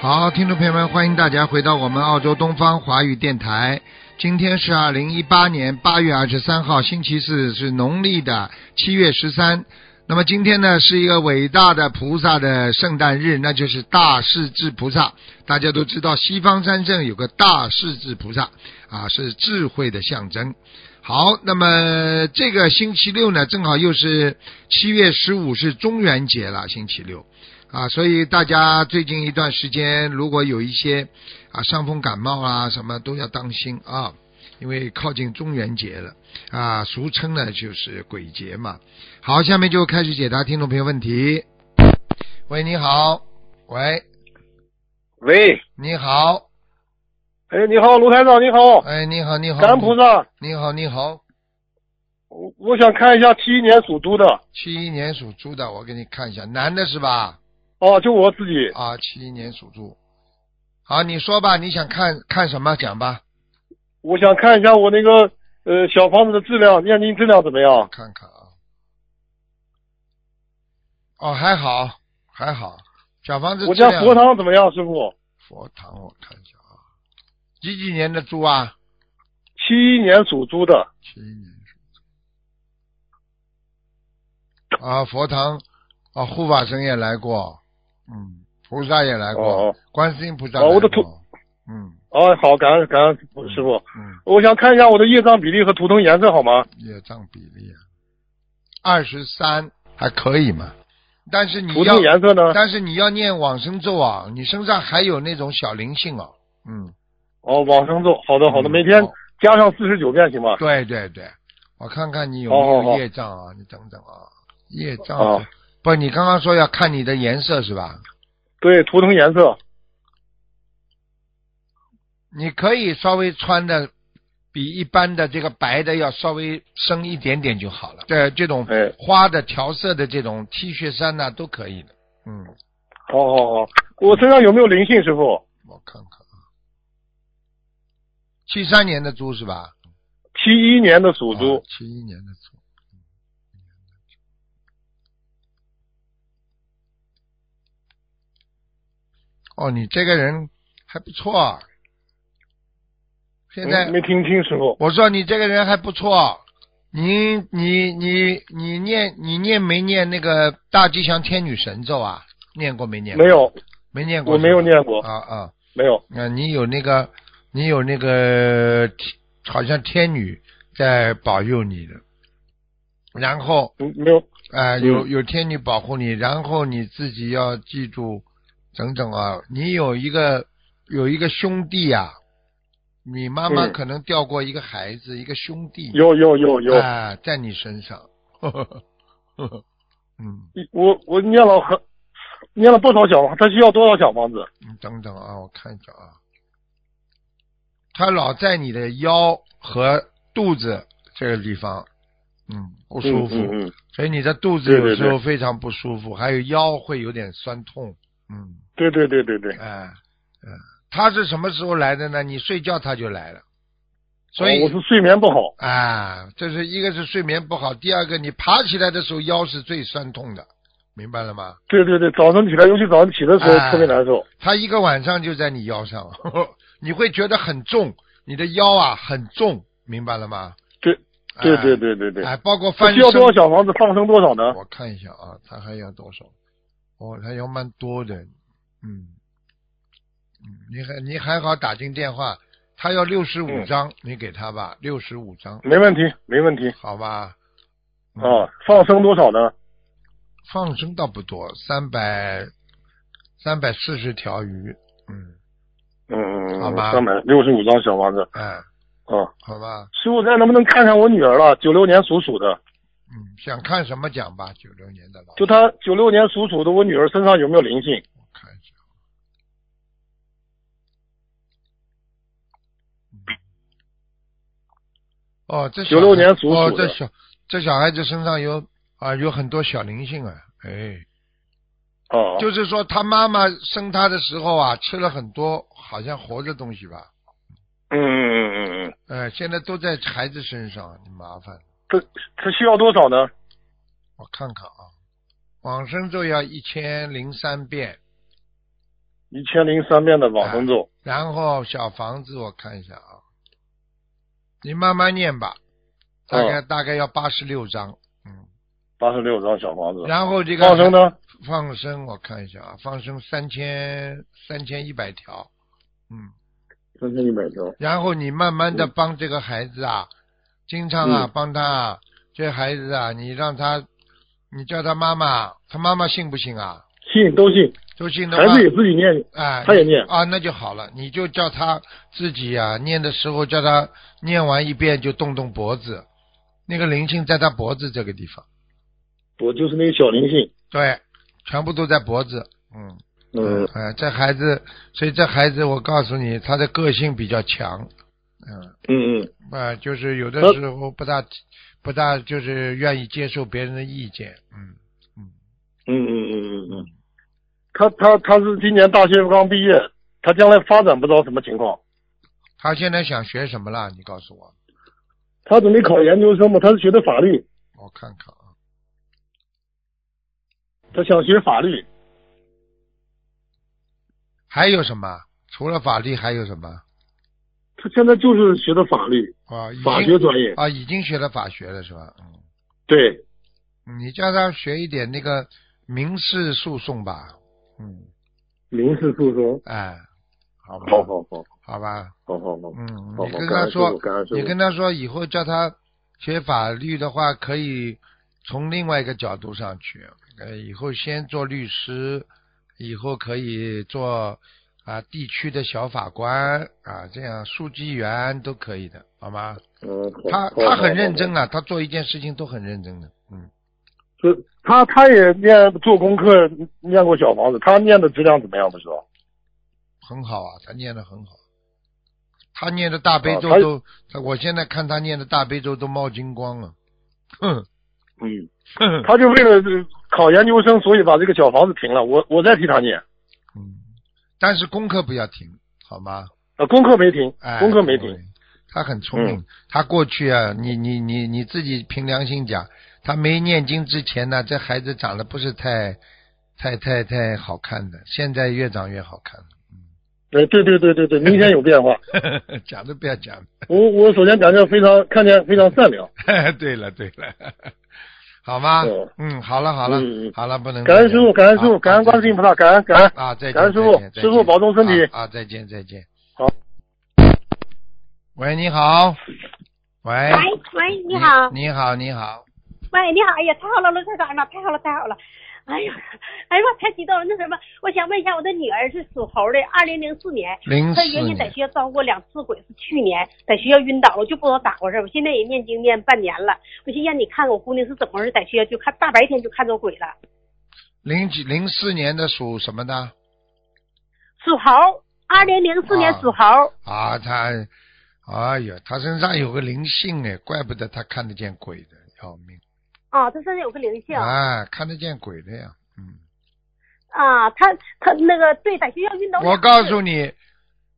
好，听众朋友们，欢迎大家回到我们澳洲东方华语电台。今天是二零一八年八月二十三号，星期四，是农历的七月十三。那么今天呢，是一个伟大的菩萨的圣诞日，那就是大势至菩萨。大家都知道，西方三圣有个大势至菩萨啊，是智慧的象征。好，那么这个星期六呢，正好又是七月十五，是中元节了，星期六。啊，所以大家最近一段时间，如果有一些啊伤风感冒啊什么，都要当心啊，因为靠近中元节了啊，俗称呢就是鬼节嘛。好，下面就开始解答听众朋友问题。喂，你好，喂，喂，你好，哎，你好，卢台长，你好，哎，你好，你好，感恩菩萨，你好，你好，我我想看一下七一年属猪的，七一年属猪的，我给你看一下，男的是吧？哦，就我自己，啊，七一年属猪。好，你说吧，你想看看什么？讲吧，我想看一下我那个呃小房子的质量，念经质量怎么样？看看啊。哦，还好，还好。小房子我质量家佛堂怎么样，师傅？佛堂我看一下啊，几几年的猪啊？七一年属猪的，七一年属猪。啊，佛堂啊，护法神也来过，嗯，菩萨也来过，哦观世音菩萨来哦过，我的图嗯哦，好，感恩感恩师傅，嗯，我想看一下我的业障比例和图腾颜色好吗？业障比例啊二十三还可以嘛，但是你图要腾颜色呢？但是你要念往生咒啊，你身上还有那种小灵性哦、嗯，哦，往生咒，好的好的，嗯每天好加上四十九遍行吗？对对对，我看看你有好没好有好业障啊？你等等啊，业障、哦不？你刚刚说要看你的颜色是吧？对，图腾颜色，你可以稍微穿的比一般的这个白的要稍微深一点点就好了。对，这种哎，花的调色的这种 T 恤衫呐、都可以的。嗯，好好好，我身上有没有灵性，师傅？我看看啊，七三年的猪是吧？七一年的属猪。啊七一年的猪。哦，你这个人还不错啊。现在嗯没听清，师傅。我说你这个人还不错，你你你你念你念没念那个大吉祥天女神咒啊？念过没念过？没有，没念过我是吧，没有念过，啊啊。没有。啊，你有那个，你有那个，好像天女在保佑你的，然后嗯，没有。啊、呃嗯有有天女保护你，然后你自己要记住，整整啊，你有一个有一个兄弟呀、你妈妈嗯可能掉过一个孩子，一个兄弟有有有有，啊、在你身上， 呵呵呵呵，嗯，我我念了很，念了不少小房，他需要多少小房子？你等等啊，我看一下啊，他老在你的腰和肚子这个地方，嗯，不舒服，嗯嗯嗯所以你的肚子对对有时候对非常不舒服，还有腰会有点酸痛，嗯，对对对对对。哎、嗯，他是什么时候来的呢？你睡觉他就来了，所哦以我是睡眠不好。啊，这是一个是睡眠不好，第二个你爬起来的时候腰是最酸痛的，明白了吗？对对对，早晨起来，尤其早上起的时候哎特别难受。他一个晚上就在你腰上， 你会觉得很重，你的腰啊很重，明白了吗？对对哎对对对对。哎，包括他翻需身要多少小房子？放生多少呢？我看一下啊，他还要多少？哦，他要蛮多的，嗯，嗯，你还你还好打进电话，他要六十五嗯张，你给他吧，六十五张，没问题，没问题。好吧？嗯啊，放生多少呢？放生倒不多，三百三百四十条鱼，嗯，嗯嗯好嗯，吧三百六十五张小房子。哎，啊，好吧，师傅，再能不能看看我女儿了？九六年属鼠的，嗯，想看什么奖吧？九六年的老就她九六年属鼠的，我女儿身上有没有灵性？我看一下啊，嗯哦，这小孩96年属哦，鼠这的小这小孩子身上有啊有很多小灵性啊，哎，哦，就是说他妈妈生他的时候啊，吃了很多好像活的东西吧，嗯嗯嗯嗯嗯，呃，现在都在孩子身上，你麻烦。这这需要多少呢？我看看啊，往生咒要一千零三遍，一千零三遍的往生咒，然后小房子我看一下啊，你慢慢念吧，哦大概、大概要八十六章，嗯，八十六张小房子。然后这个放生呢？放生我看一下啊，放生三千三千一百条，嗯，三千一百条。然后你慢慢的帮这个孩子啊，经常啊嗯帮他啊，这孩子啊，你让他，你叫他妈妈，他妈妈信不信啊？信都信，都信的孩话，子也自己念，哎，他也念。啊，那就好了，你就叫他自己啊，念的时候叫他念完一遍就动动脖子，那个灵性在他脖子这个地方，我就是那个小灵性，对，全部都在脖子，嗯，嗯，哎、这孩子，所以这孩子，我告诉你，他的个性比较强，嗯，嗯嗯，啊、就是有的他时候不大不大，就是愿意接受别人的意见，嗯，嗯嗯嗯嗯嗯，他他他是今年大学刚毕业，他将来发展不知道什么情况。他现在想学什么了？你告诉我，他准备考研究生嘛，他是学的法律，我看看啊，他想学法律。还有什么？除了法律还有什么？他现在就是学的法律，啊，已法经学专业。啊，已经学了法学了是吧？嗯，对，你叫他学一点那个民事诉讼吧。嗯，民事诉讼。哎，好吧，好好好好吧，好好好，嗯，好你好，跟感他恩师说傅，，感恩师你傅。跟他说以后叫他学法律的话，可以从另外一个角度上去。呃，以后先做律师，以后可以做啊地区的小法官啊，这样书记员都可以的，好吗？嗯，他他很认真啊，他做一件事情都很认真的，嗯。是他他也念做功课，念过小房子，他念的质量怎么样？不知道。很好啊，他念的很好，他念的大悲咒啊他都，他我现在看他念的大悲咒都冒金光了，哼嗯，哼，他就为了考研究生，所以把这个小房子停了。我我再替他念， 嗯，但是功课不要停，好吗？呃，功课没停哎，，功课没对停。。嗯他很聪明，他过去啊，你你你你自己凭良心讲，他没念经之前呢，这孩子长得不是太太太太好看的，现在越长越好看哎，对对对对对，明显有变化。了， 讲都不要讲，我我首先感觉非常看见非常善良。 对了对了，好吗嗯？嗯，好了好了嗯嗯好了，不能感恩师傅，感恩师好傅，感恩观世音菩萨，感恩感恩。啊，再见，感恩师再傅见再师傅见保重身体啊啊，再见再见。好。喂，你好。喂。喂喂，你好，哎你好，你好。喂，你好，哎呀，太好了，罗台长，哎呀妈，太好了，太好了，哎呀，哎呀妈，太激动了，那什么，我想问一下，我的女儿是属猴的，二零零四年，零她嗯四原先在年。学校遭过两次鬼，是去年在学校晕倒了，我就不知道咋回事，我现在也念经念半年了，我寻思让你看看我姑娘是怎么回事，在学校就看大白天就看着鬼了，零几零四年的属什么的？属猴，二零零四年啊属猴，啊，他，哎呀，他身上有个灵性哎，怪不得他看得见鬼的，要命啊，她身上有个灵性，啊，看得见鬼的呀。嗯，啊，她她那个对，在学校晕倒两次，我告诉你，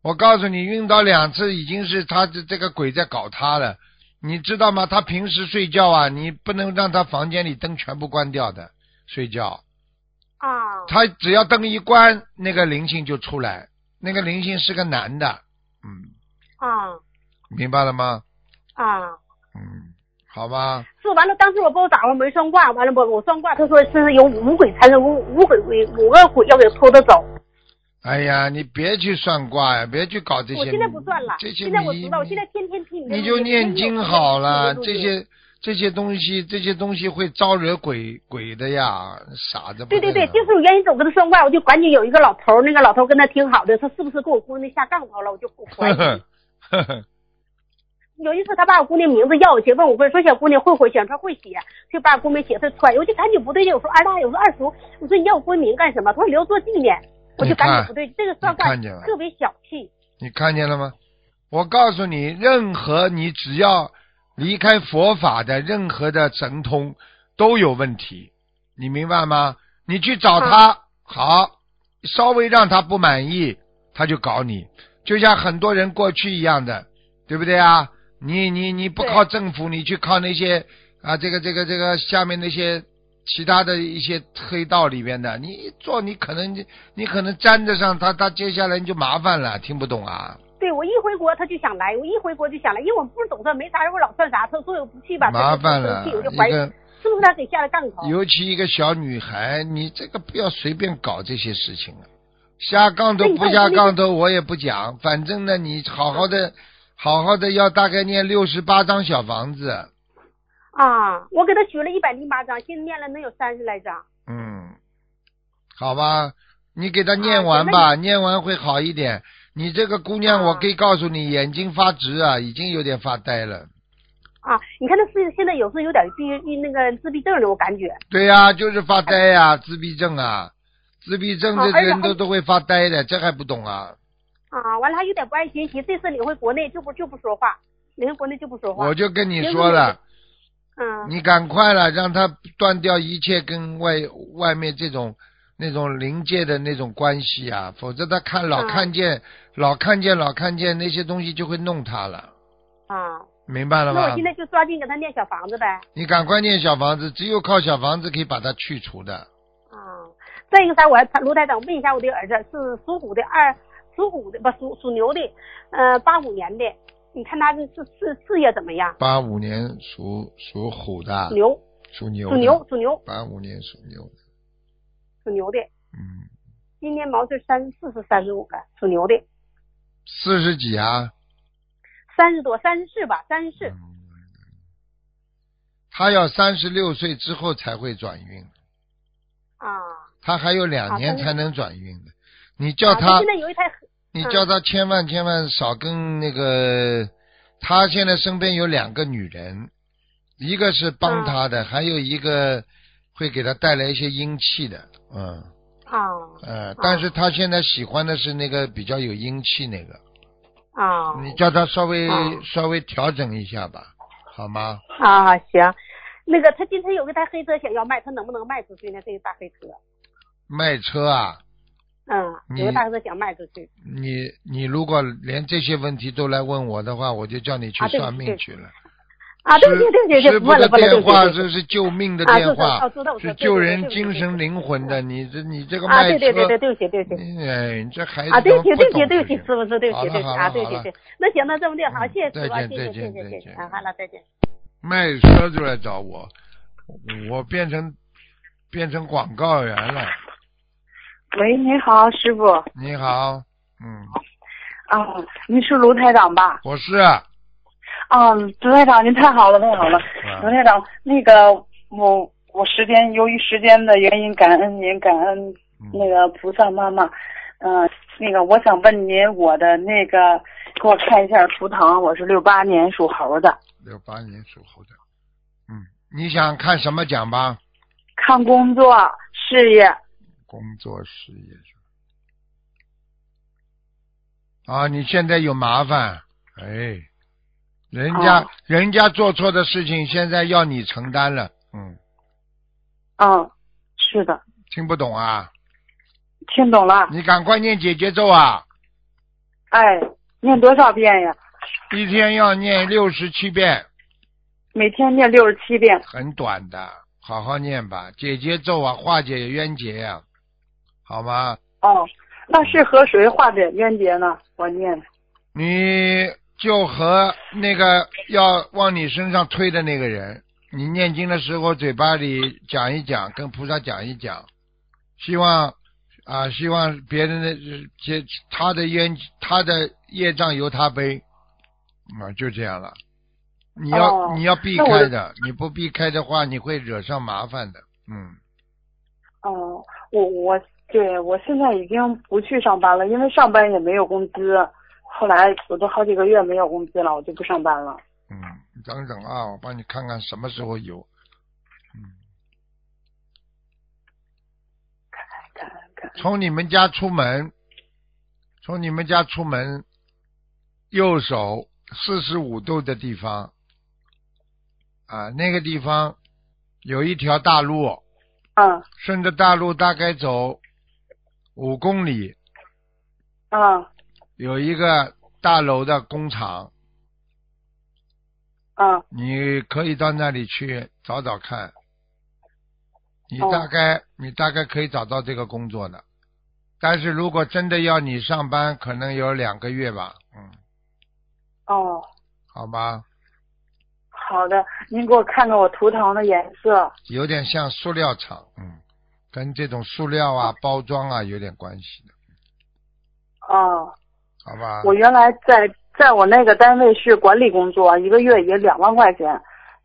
我告诉你，晕倒两次已经是他这这个鬼在搞他了，你知道吗？他平时睡觉啊，你不能让他房间里灯全部关掉的睡觉，啊，他只要灯一关，那个灵性就出来，那个灵性是个男的，嗯，啊明白了吗？啊。嗯，好吧，说完了，当时我不知道咋回事，没算卦。完了，我我算卦，他说身上有五鬼缠身，五五鬼鬼五个鬼要给拖着走。哎呀，你别去算卦呀，别去搞这些，我现在不算了，这些现在我迷知道，我现在天天听你的你录就音。念经好了，天天这听你的录音。些这些东西，这些东西会招惹鬼鬼的呀，傻子不对得了。对对，就是我原因，我跟他算卦，我就感觉有一个老头儿，那个老头儿跟他挺好的，他是不是跟我姑娘下杠头了？我就不呵怀疑呵。呵呵，有一次他把我姑娘名字要我去，问我会说小姑娘会不会写，她会写，就把我姑娘写她穿，我就感觉不对劲。我说二大爷，我说二叔，我说你要我闺女名干什么？他说留作纪念。我就感觉不对，这个算你卦看见了特别小气。 你看见了吗？我告诉你，任何你只要离开佛法的任何的神通都有问题，你明白吗？你去找他，好，稍微让他不满意，他就搞你，就像很多人过去一样的，对不对啊？你你你不对靠政府，你去靠那些啊，这个这个这个下面那些其他的一些黑道里边的，你一做你可能你可能沾得上他，他接下来你就麻烦了，听不懂啊？对，我一回国他就想来，我一回国就想来，因为我不懂他没啥，我老算啥，他说我不去吧，麻烦了他就生气我就怀疑一个是不是他给下了杠头？尤其一个小女孩，你这个不要随便搞这些事情啊！下杠头那你不看下我那个杠头我也不讲，反正呢，你好好的好好的要大概念六十八张小房子，啊，我给他许了一百零八张，现在念了能有三十来张。嗯，好吧，你给她念啊完那吧，念完会好一点。你这个姑娘，我啊可以告诉你，眼睛发直啊，已经有点发呆了。啊，你看他是现在有时候有点自闭那个自闭症了，我感觉。对呀、就是发呆呀、自闭症啊，自闭症啊这哎而且人还都都会发呆的，这还不懂啊？啊，完了还有点不爱学习，这次领回国内就不就不说话，领回国内就不说话我。就跟你因为说了，嗯，你赶快了，让他断掉一切跟外外面这种那种灵界的那种关系啊，否则他看老嗯看见、老看见老看见那些东西就会弄他了，啊，明白了那吗？我现在就抓紧给他念小房子呗。你赶快念小房子，只有靠小房子可以把它去除的。啊，再一个啥，我还卢台长我问一下我的儿子是属虎的二，属虎的不属属牛的，呃，八五年的，你看他是是事事业怎么样？八五年属属虎的，牛，属牛，属牛，，属牛，八五年属牛的，属牛的，嗯，今年毛岁三四十三十五了，属牛的，四十几啊？三十多三十四吧，三十四。他要三十六岁之后才会转运，嗯啊，他还有两啊年他是才能转运的。你叫啊他他现，在有一台你叫他千万千万少跟那个，他现在身边有两个女人，一个是帮他嗯的，还有一个会给他带来一些阴气的，嗯。啊呃，但是他现在喜欢的是那个比较有阴气那个，啊你叫他稍微嗯稍微调整一下吧，好吗？啊，行，那个他今天有一台黑车想要卖，他能不能卖出去呢？这个大黑车，卖车啊，嗯，你有个大黑车想卖出去。你你如果连这些问题都来问我的话，我就叫你去啊对不算起命去了。啊，对不起，对不起，对师不起，傅问了的问了，对电不起，话对不这起是救命的啊电知道话哦知道，我知是道救对对人对对精对神对灵魂的。你这你这个啊，卖车，对对对对，对不起，对不起。你哎，你这孩子啊，对不怎起，么懂对不起，对不起，事师傅，对不好起，了对不起好啊，了对好不起，了对。那行，那这么定好，谢谢师傅再啊，谢见谢，再谢见谢，谢再谢见啊，好了，再见。卖车就来找我，我变成变成广告员了。喂，你好，师傅你好，嗯，啊，您是卢台长吧？我是啊，啊，卢台长，您太好了，太好了，卢啊台长，那个我我时间由于时间的原因，感恩您，感恩嗯那个菩萨妈妈，呃，那个我想问您，我的那个给我看一下图腾，我是六八年属猴的，六八年属猴的，嗯，你想看什么奖吧？看工作事业，工作事业上啊，你现在有麻烦，哎，人家、哦人家做错的事情，现在要你承担了，嗯，嗯，是的，听不懂啊？听懂了，你赶快念姐姐咒啊，哎，念多少遍呀？一天要念六十七遍，每天念六十七遍，很短的，好好念吧。姐姐咒啊，化解冤结呀、好吗？哦，那是和谁化解冤结呢？我念。你就和那个要往你身上推的那个人，你念经的时候嘴巴里讲一讲，跟菩萨讲一讲，希望啊，希望别人的结他的冤他的业障由他背，啊，就这样了。你要、哦你要避那我开就的，你不避开的话，你会惹上麻烦的。嗯，哦，我我对我现在已经不去上班了，因为上班也没有工资。后来我都好几个月没有工资了，我就不上班了。嗯，等等啊，我帮你看看什么时候有。嗯看看，从你们家出门，从你们家出门，右手四十五度的地方，啊，那个地方有一条大路，嗯顺着大路大概走五公里，嗯有一个大楼的工厂，嗯，你可以到那里去找找看。你大概、你大概可以找到这个工作的，但是如果真的要你上班，可能有两个月吧，嗯，哦，好吧，好的，您给我看看我图腾的颜色。有点像塑料厂，嗯，跟这种塑料啊、包装啊有点关系的，哦，好吧？我原来在在我那个单位是管理工作，一个月也两万块钱。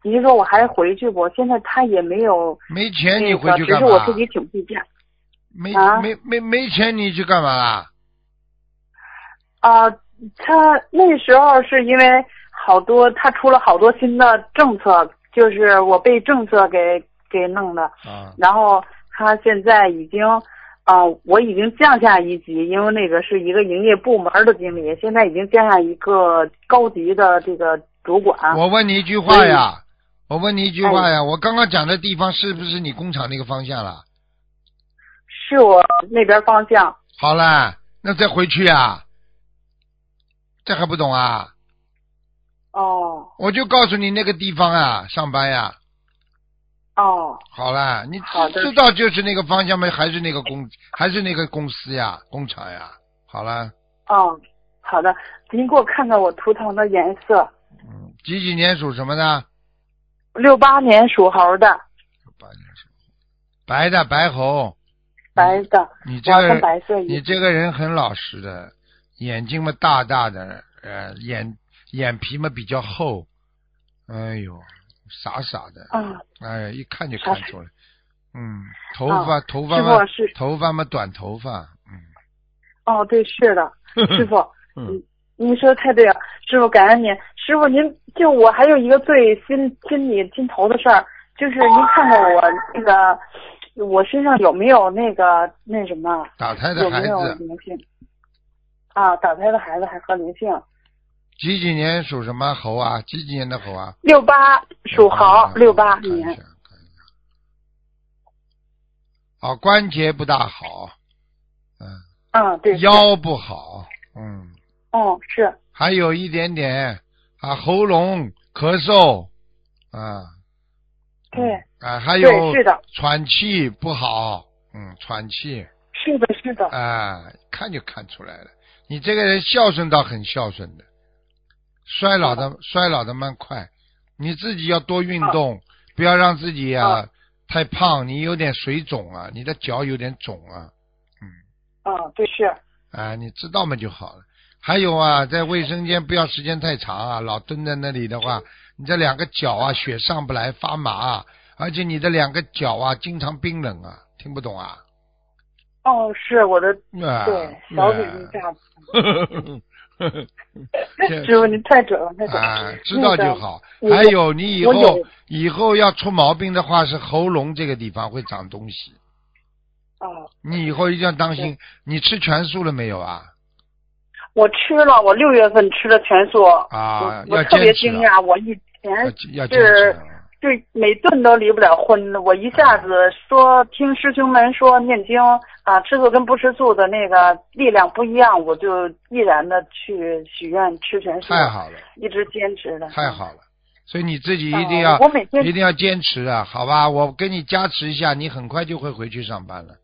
你说我还回去不？现在他也没有没那钱个，哎你回去只干嗯是我嘛？自己挺自驾。没啊没没没钱你去干嘛啦？啊、他那时候是因为好多他出了好多新的政策，就是我被政策给给弄的。啊，然后他现在已经，啊、我已经降下一级，因为那个是一个营业部门的经理，现在已经降下一个高级的这个主管。我问你一句话嗯呀，我问你一句话呀，我刚刚讲的地方是不是你工厂那个方向啦？是我那边方向，好啦，那再回去呀，这还不懂啊？哦我就告诉你那个地方啊，上班呀、哦好啦，你好知的知道就是那个方向吗？还是那个公，还是那个公司呀，工厂呀？好啦，哦，好的，您给我看看我图腾的颜色。嗯，几几年属什么的？六八年属猴的，八年属白的白猴。白的，你嗯这我要个跟白色一你样。这个人很老实的，眼睛嘛大大的，呃，眼眼皮嘛比较厚，哎呦，傻傻的，啊，哎，一看就傻看傻出来，嗯，头发、头发师嘛傅，哦是头发嘛短头发，哦，对，是的，嗯，师傅，嗯您说的太对了，师傅感恩您，师傅您就我还有一个最心心里心头的事儿，就是您看看我那个我身上有没有那个那什么打胎的有孩没有子，灵性？啊，打胎的孩子还和灵性，几几年属什么猴啊？几几年的猴啊？六八属猴，六八嗯看一下看年，一下啊，关节不大好，嗯，嗯，对，是腰不好，嗯。嗯是，还有一点点啊，喉咙咳嗽啊，对啊，还有对是的，喘气不好，嗯，喘气是的是的， 啊，看就看出来了，你这个人孝顺倒很孝顺的，衰老的衰老的蛮快，你自己要多运动，不要让自己啊啊太胖，你有点水肿啊，你的脚有点肿啊，嗯对是，啊，你知道嘛就好了。还有啊，在卫生间不要时间太长啊，老蹲在那里的话，你这两个脚啊血上不来，发麻、啊，而且你的两个脚啊经常冰冷啊，听不懂啊？哦是我的啊对小腿那下巴， 啊这师傅您太准了太准了，啊，知道就好。还有，你以我后有以后要出毛病的话，是喉咙这个地方会长东西，哦。你以后一定要当心。你吃全素了没有啊？我吃了，我六月份吃的全素，啊，我要我特别坚持惊啊，讶，我以要前要坚持是啊。就每顿都离不了荤的，我一下子说听师兄们说念经啊，吃素跟不吃素的那个力量不一样，我就毅然的去许愿吃全素，太好了，一直坚持的，太好了，所以你自己嗯，一定要、我每天一定要坚持啊，好吧？我给你加持一下，你很快就会回去上班了。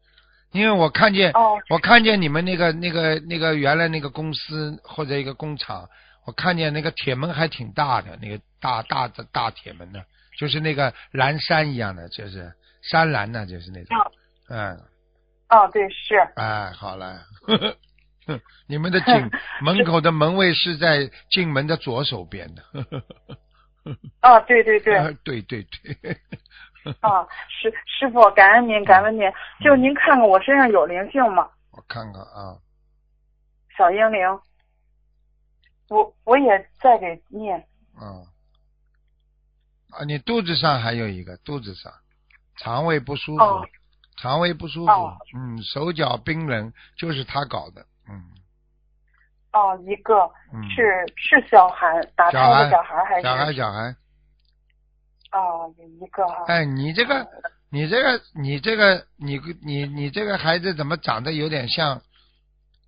因为我看见，哦我看见你们那个、那个、那个原来那个公司或者一个工厂，我看见那个铁门还挺大的，那个大大的大铁门呢，就是那个蓝山一样的，就是山蓝呢，就是那种。嗯，啊，对是哎，好了， 你们的进门口的门卫是在进门的左手边的。啊，对对 对，啊对对对， 啊，师师傅感恩您感嗯恩您，就您看看我身上有灵性吗？我看看啊，小英灵，我我也在给念啊啊，你肚子上还有一个，肚子上，肠胃不舒服，哦肠胃不舒服，哦嗯，手脚冰冷，就是他搞的，嗯哦，一个嗯，是是小孩打胎的小孩还是小孩小孩，哦有一个哈、哎，你这个你这个你这个你你你这个孩子怎么长得有点像，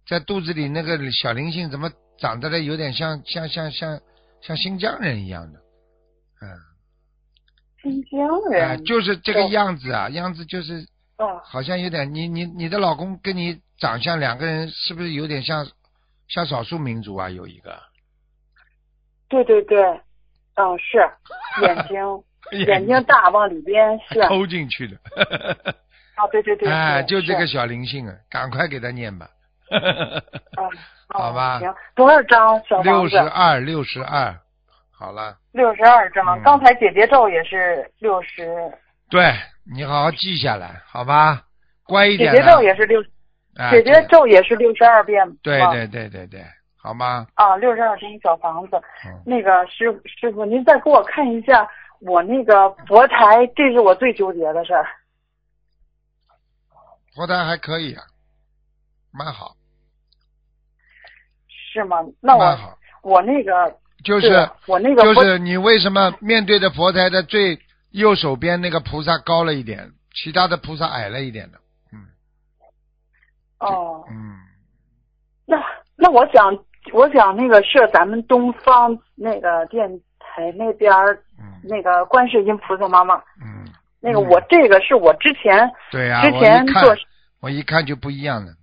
在肚子里那个小灵性怎么长得的有点像像像像像新疆人一样的，嗯。新疆哎，人，就是这个对样子啊，样子就是哦，好像有点，你你你的老公跟你长相两个人是不是有点像像少数民族啊？有一个对对对，哦是，眼睛眼睛大往里边是，抠进去的，哦对对对，哎，是就这个是小灵性啊，赶快给他念吧，哦好吧行，多少张小六房十子？二六十二，好了。六十二张嗯，刚才姐姐咒也是六十，对你好好记下来，好吧？乖一姐点姐咒了。也是六，啊姐姐咒也是六十二遍吗，对对对对对，好吗？啊，六十二张小房子。嗯那个师傅师傅，您再给我看一下我那个佛台，这是我最纠结的事儿。佛台还可以啊，蛮好，是吗？那蛮我啊好。我那个就对是我那个就佛是你为什么面对的佛台的最右手边那个菩萨高了一点，其他的菩萨矮了一点的？哦，嗯，那那我想我想那个设咱们东方那个电台那边儿嗯那个观世音菩萨妈妈，嗯，那个嗯我这个是我之前对呀、之我前一看做我一看就不一样了，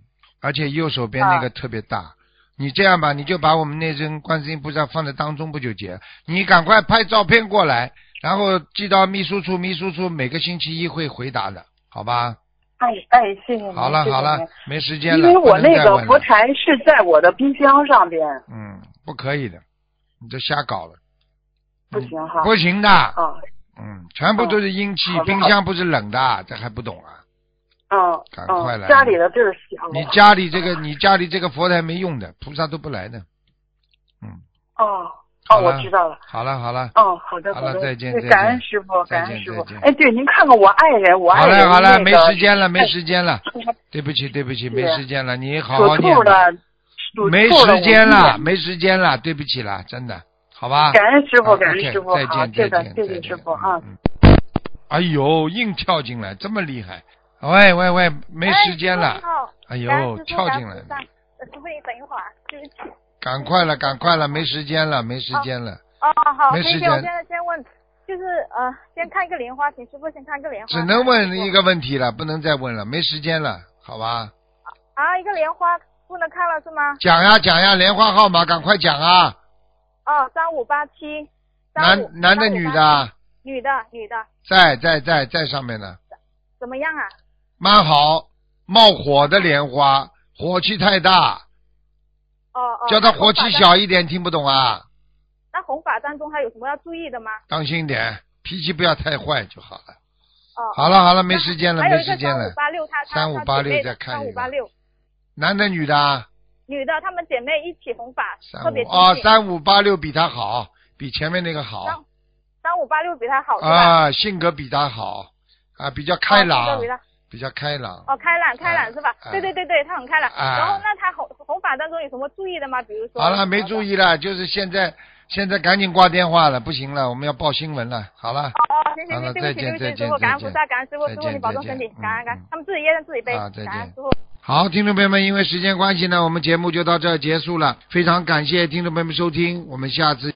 而且右手边啊那个特别大。你这样吧，你就把我们那尊观世音菩萨放在当中不就结？你赶快拍照片过来，然后寄到秘书处，秘书处每个星期一会回答的，好吧？哎哎，谢谢您，好了谢谢好了您，没时间因了，为我不能那再个问了佛台是在我的冰箱上边，嗯，不可以的，你这瞎搞了，不行哈。嗯不行的，啊，嗯，全部都是阴气哦好，的冰箱不是冷的，这还不懂啊？嗯赶快来嗯，家里的地儿小。你家里这个，你家里这个佛台没用的，菩萨都不来的。哦好哦，了我知道了。好了好了，哦，好的好了的，再见对再见感恩师傅，再见感恩师傅再见。哎，对，您看看我爱人，我好爱嘞，人好嘞，没那个哎时间了，没时间了那个。对不起，对不起，是啊没时间了，你好好属念兔吧。的，属没兔的时间了，我没时间了，对不起了，真的，好吧一。感恩师好傅，感恩 OK，师傅，再好，见，这再个见，谢再谢见师傅啊。。嗯哎呦，硬跳进来，这么厉害！喂喂喂，没时间了。哎呦，跳进来，了。呃师傅，你等一会儿，啊对不起。赶快了，赶快了，没时间了，没时间了。哦，好，没谢时谢。间我现在先问，就是呃，先看一个莲花，请师傅先看一个莲花。啊只能问一个个问题了，不能再问了，没时间了，好吧？啊，一个莲花不能看了是吗？讲呀讲呀，莲花号码赶快讲啊！哦，三五八七。男35男的女的？ 3587啊？女的，女的，在在在在上面呢，怎么样啊？蛮好，冒火的莲花，火气太大，哦哦。叫他火气那红发丹。小一点，听不懂啊，那红法当中还有什么要注意的吗？当心点，脾气不要太坏就好了。哦。好了好了，没时间了，还有没一个时间三五了。八六，她她3586再看一三五个八六，男的女的啊？女的，她们姐妹一起弘法，三特别五啊，精进。三五八六比他好，比前面那个好三三五八六比她好是吧？啊，性格比他好啊，比较开哦性朗格比，她比较开朗。哦，开朗开哎朗是吧？哎对对对对，她很开朗。哎然后那她弘弘法当中有什么注意的吗？比如说好了，没注。意了，就是现在现在赶紧挂电话了，不行了，我们要报新闻了。好了。哦，行行好了行，对不起再对见不起，再见师傅，感恩菩再萨，感恩师傅，再师见傅你保重再见身体，感恩感嗯嗯恩，他们自己业障自己背，啊再感恩见师傅。好，听众朋友们，因为时间关系呢，我们节目就到这儿结束了。非常感谢听众朋友们收听，我们下次。